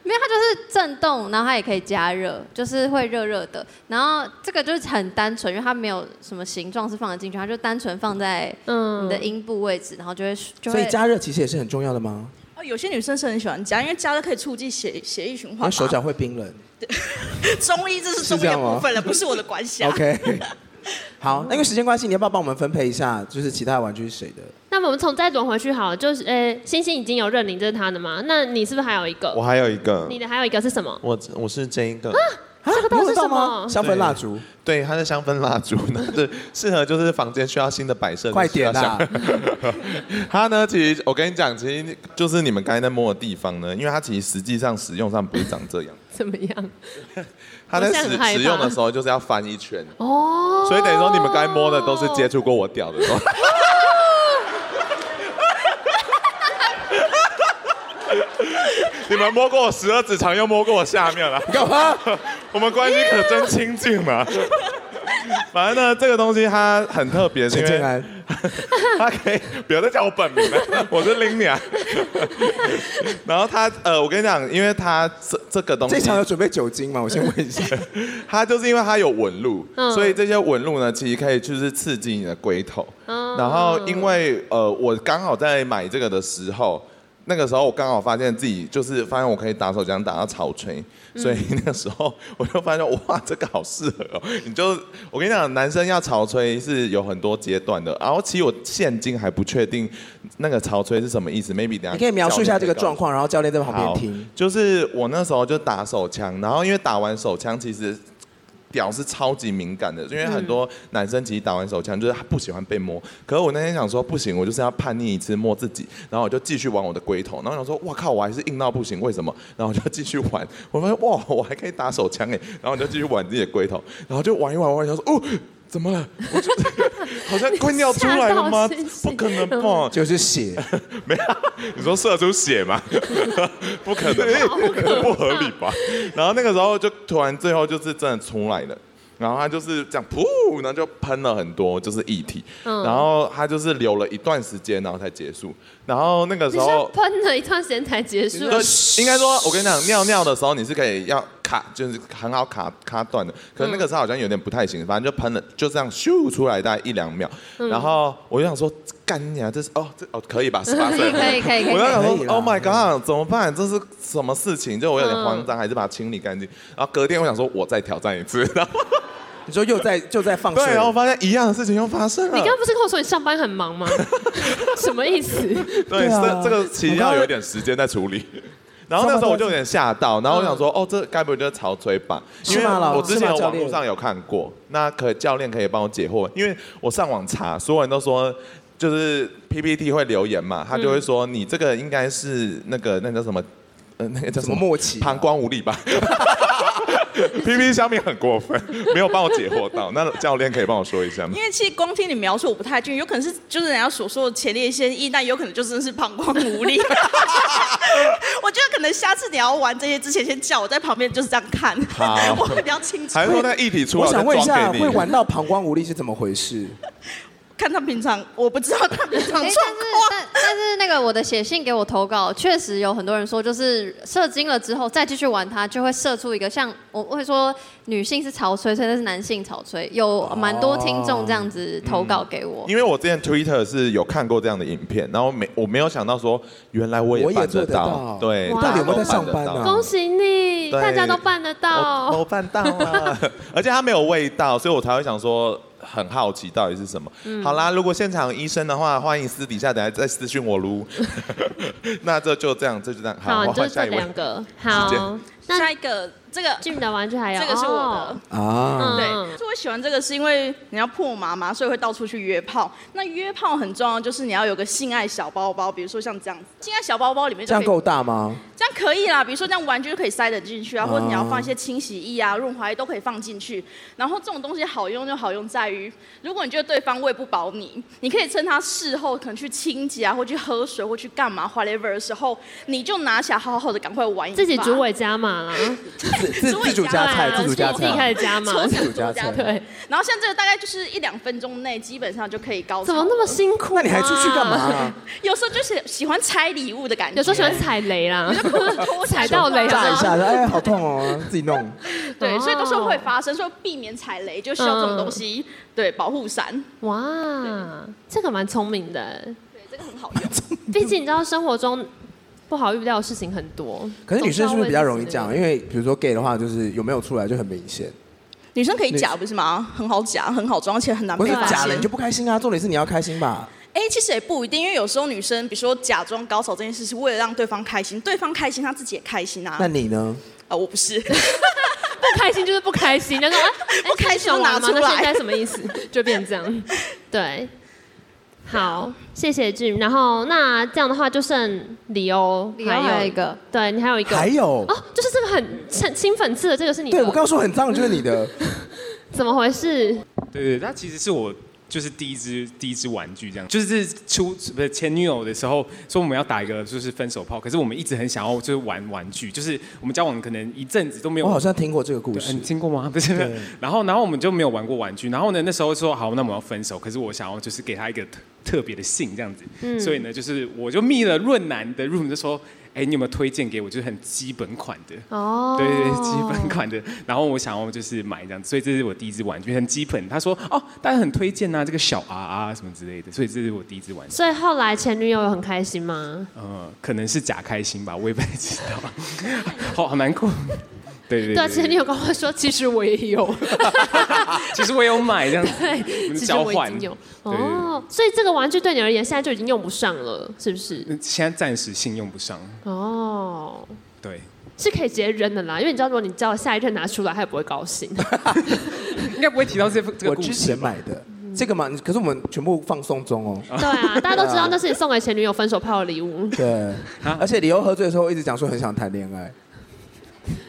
没有，它就是震动，然后它也可以加热，就是会热热的。然后这个就是很单纯，因为它没有什么形状是放得进去，它就单纯放在
嗯
你的阴部位置，然后就会就
所以
会。
加热其实也是很重要的吗？
哦，有些女生是很喜欢加，因为加热可以促进血血液循
因为
环。
手，脚会冰 冷。
中医这是
是这
中医的
样吗
部分了，不是我的管辖。
OK，好，那因为时间关系，你要不要帮我们分配一下，就是其他的玩具是谁的？
那么我们从再轮回去好了，就是呃，星星已经有认领，这是他的嘛？那你是不是还有一个
我？还有一个
你，的还有一个是什么？
我我是这一个，
啊，
这个到
你
底
有
是
到
什
吗？
么
香氛蜡烛，
对，它是香氛蜡烛， 那是适合就是房间需要新的摆设，
快点
需要
啦
香！它呢，其实我跟你讲，其实就是你们刚才在摸的地方呢，因为它其实实际上使用上不是长这样，
怎么样？
它在
我现在
使
很害怕
使用的时候就是要翻一圈，
哦，
所以等于说你们刚才摸的都是接触过我屌的东西。你们摸过我十二指肠，又摸过我下面了，
干嘛？
我们关系可真亲近嘛。反正呢，这个东西它很特别，是
陈
因
建
为
安，
它可以不要再叫我本名了，我是林娘。然后它呃，我跟你讲，因为它这这个东西，
这场有准备酒精吗？我先问一 下。
它就是因为它有纹路，
嗯
所以这些纹路呢，其实可以就是刺激你的龟头。
嗯
然后因为呃，我刚好在买这个的时候，那个时候我刚好发现自己就是发现我可以打手枪打到草吹，所以那个时候我就发现哇，这个好适合哦。你就我跟你讲，男生要草吹是有很多阶段的。然后其实我现今还不确定那个草吹是什么意思，maybe 等下
你可以描述一下这个状
况。
况，然后教练在旁边
好，
听。
就是我那时候就打手枪，然后因为打完手枪其实。屌是超级敏感的，因为很
嗯
多男生其实打完手枪就是他不喜欢被摸。可是我那天想说不行，我就是要叛逆一次摸自己，然后我就继续玩我的龟头。然后我想说，哇靠，我还是硬到不行，为什么？然后我就继续玩，我发现哇，我还可以打手枪哎，然后我就继续玩自己的龟头，然后就玩一玩，玩一玩，想说哦，怎么了？我就 好像快尿出来了吗
吓到星？星
不可能吧？
就是血，
没有，你说射出血 吗？不可能吧，这哎不合理吧？然后那个时候就突然最后就是真的出来了。然后他就是这样，噗，然后就喷了很多，就是液体。
嗯
然后他就是留了一段时间，然后才结束。然后那个
你
时
说
候，呃
喷了一段时间才结束，
对，应该说，我跟你讲，尿尿的时候你是可以要卡，就是很好卡卡断的。可是那个时候好像有点不太行，反正就喷了，就这样咻出来大概一两秒。然后我就想说，干你啊，这是哦，这哦可以吧？十八
可
岁
以，可以可以可
我
以
就想
可以
说
啦
，Oh my god，怎么办？这是什么事情？就我有点慌张，还是把它清理干
嗯
净。然后隔天我想说，我再挑战一次。然后
你说又 在就在放
对，然后
水，
发现一样的事情又发生了
你。刚刚不是跟我说你上班很忙吗？ 什么意思？
对，
对啊
这这个其实要有一点时间再 处理。然后那时候我就有点吓到，然后我想说，哦，这该不会就是潮吹吧？因
嗯是
为
吗老
我之前
是
有
吗教
网
练
络上有看过，那可教练可以帮我解惑，因为我上网查，所有人都说。就是 PPT 会留言嘛，他就会
嗯
说你这个应该是那个那叫什么，呃，那个叫什
什
么
么默契啊
膀胱无力吧 ？PPT 下面很过分，没有帮我解惑到，那教练可以帮我说一下吗
因？为其实光听你描述我不太确定，有可能是就是人家所说的前列腺液，但有可能就真的是膀胱无 力。我觉得可能下次你要玩这些之前，先叫我在旁边就是这样看，
好
我会比较清楚
还。是说那液体出来
我
我再
想问一下，
装给你
会玩到膀胱无力是怎么回 事？
看他平常，我不知道他
哎、
平常状
但是
况。
但但是那个我的写信给我投稿，确实有很多人说，就是射精了之后再继续玩它，就会射出一个像我我会说女性是潮吹，所以但是男性潮吹，有蛮多听众这样子投
哦嗯
稿给我。
因为我之前 Twitter 是有看过这样的影片，然后没我没有想到说，原来我也
我也
办
做得
到
到，
对，
哇到底有没有
在
大家都
上
办得
班啊
到
恭喜你，
对
大家都办得
我
到
我。办到了， 而且它没有味道，所以我才会想说很好奇到底是什么。
嗯
好啦，如果现场有医生的话，欢迎私底下等下再私讯我撸。 那这就这样，这就这样，
好，
我
就
换
是
下
这
一位。
两个。
直
好
接，
那
下一个这个。
俊的玩具还有
这个是我
啊
哦，
的，
嗯
对，就我喜欢这个是因为你要破麻嘛，所以会到处去约炮。那约炮很重要，就是你要有个性爱小包包，比如说像这样子，性爱小包包里面
这
就可
样
以
够大吗？
这样可以啦，比如说这样玩具就可以塞得进去啊，或者你要
哦
放一些清洗液啊、润滑液都可以放进去。然后这种东西好用就好用在于，如果你觉得对方喂不饱你，你可以趁他事后可能去清洁啊，或去喝水，或去干嘛 whatever 的时候，你就拿起来好好的赶快玩一把
自己煮尾家嘛，码啦，
自自
自
自主加菜，
对啊
自主加
自己开
菜，
始 加码，
搓
自主加菜。
对，
然后像这个大概就是一两分钟内，基本上就可以高潮。
怎么那么？辛苦、啊
那你还出去干嘛、？
有时候就是喜欢拆礼物的感觉，
有时候喜欢踩雷啦，踩到雷
炸一
了。
下，哎，好痛哦，自己弄。
对，所以都是会
哦嗯
发生，所以避免踩雷就需要这种东西，对，保护伞，
哇，这个蛮聪明的，
对，这个很好用。
毕竟你知道生活中不好遇到的事情很多。
可是女生是不是比较容易
总
这
是要
样？
为
因为比如说 gay 的话，就是有没有出来就很明显，
女生可以假不是吗？很好假，很好装，而且很难
不
被
是
发
假
现
了你就。不开心啊。重点是你要开心吧。
哎、其实也不一定，因为有时候女生，比如说假装高潮这件事，是为了让对方开心，对方开心，她自己也开心啊。
那你呢？
啊，我不是，
不开心就是不开心， 但是啊，
不开心就拿出来
那现在什么意思？ 就变这样，对。好，谢谢俊。然后那这样的话就剩李欧，
里面还有一，个，
对你还有一个，
还有，
哦，就是这个很清清粉刺的，这个是你的，
对我刚刚说很脏，就是你的。
怎么回事？
对对，它其实是我就是第一支第一支玩具这样，就是初不是前女友的时候说我们要打一个就是分手炮，可是我们一直很想要就是玩玩具，就是我们交往可能一阵子都没有嗯
我好像听过这个故
对，
事
你。听过吗？不是
对。
然后，然后我们就没有玩过玩具。然后呢，那时候说好，那我们要分手。可是我想要就是给他一个特特别的信这样子。
嗯
所以呢，就是我就密了润南的 room，就说，哎，你有没有推荐给我？就是很基本款的。
哦，
对对对，基本款的。然后我想要就是买这样子，所以这是我第一支玩具，很基本。他说哦，大家很推荐啊，这个小 R 啊什么之类的，所以这是我第一支玩具。
所以后来前女友有很开心吗？
呃，可能是假开心吧，我也不太知道。 好，好难过。对对
对啊，前女友跟我说，其实我也 有，
其实我有买这 样子，我们
其实
交
我已
换
经。有。
对对对
哦，所以这个玩具对你而言现在就已经用不上了，是不是？
现在暂时信用不上，
哦，
对，
是可以直接扔的啦，因为你知道，如果你叫下一任拿出来，他也不会高 兴。
应该不会提到这份这
我
个故
之
事
前
吧？
买的这个嘛，可是我们全部放送中哦。
对啊，大家都知道那是你送给前女友分手炮的礼物，
对，啊而且李欧喝醉的时候一直讲说很想谈恋爱，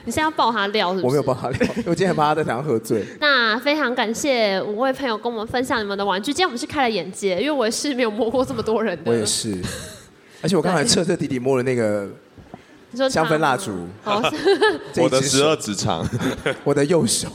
你现在要爆他料是不是？
我没有帮他聊，因为我今天很怕他在台上喝醉。
那非常感谢五位朋友跟我们分享你们的玩具。今天我们是开了眼界，因为我也是没有摸过这么多人的。
我也是，而且我刚才彻彻底底摸了那个
你说
香
他
氛蜡烛，
哦，
这一
我的
只
十
手
二指肠，
我的右手，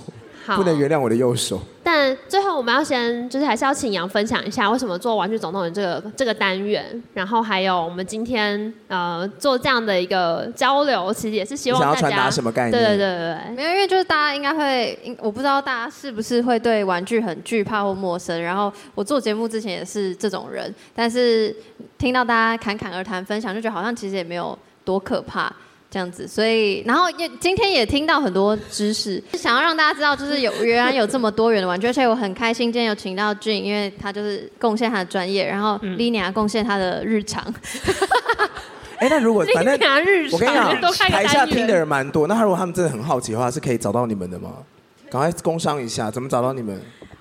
好
不能原谅我的右手。
但最后我们要先，就是还是要请杨分享一下为什么做玩具总动员这个这个单元，然后还有我们今天呃做这样的一个交流，其实也是希望
你
大
想要
家
传达什么概念
对对对对对。
没有，因为就是大家应该会，应我不知道大家是不是会对玩具很惧怕或陌生。然后我做节目之前也是这种人，但是听到大家侃侃而谈分享，就觉得好像其实也没有多可怕这样子。所以，然后也今天也听到很多知识，想要让大家知道，就是有原来有这么多元的玩具，而且我很开心今天有请到俊，因为他就是贡献他的专业，然后 Lina 贡献他的日常。
哎，那如果 反正
你俩日常
我跟你讲
都，开个单
台
元
下听的人蛮多，那如果他们真的很好奇的话，是可以找到你们的吗？赶快工商一下，怎么找到你们？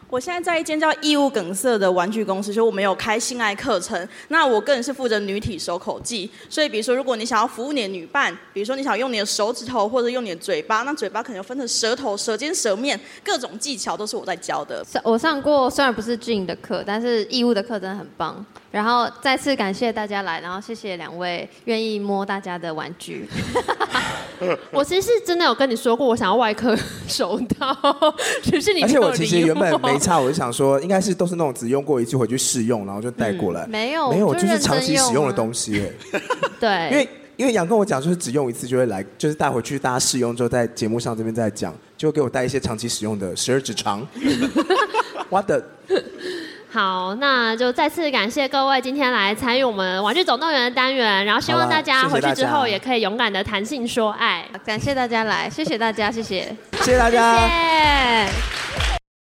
我现在在一间叫义务梗塞的玩具公司，所以我们有开性爱课程。那我个人是负责女体手口技，所以比如说，如果你想要服务你的女伴，比如说你想用你的手指头或者用你的嘴巴，那嘴巴可能有分成舌头、舌尖、舌面，各种技巧都是我在教的。
上我上过，虽然不是俊的课，但是义务的课真的很棒。然后再次感谢大家来，然后谢谢两位愿意摸大家的玩具。
我其实是真的有跟你说过，我想要外科手套，只是你
而
没
且
有
我其实
理
原本没
我
差，我就想说，应该是都是那种只用过一次回去试用，然后就带过来。
没有
没有，就
就
是
认真
长期使
用
用
啊
的东西。哎
对，
因为因为杨跟我讲，就是只用一次就会来，就是带回去大家试用之后，在节目上这边再讲，就给我带一些长期使用的十二指 肠。我的
好，那就再次感谢各位今天来参与我们玩具总动员的单元，然后希
好
望
啦
大家
谢谢
回去
大
之
家
后也可以勇敢的谈性说爱。
感谢大家来，谢谢大家，谢谢。
谢谢大
谢
家。
谢。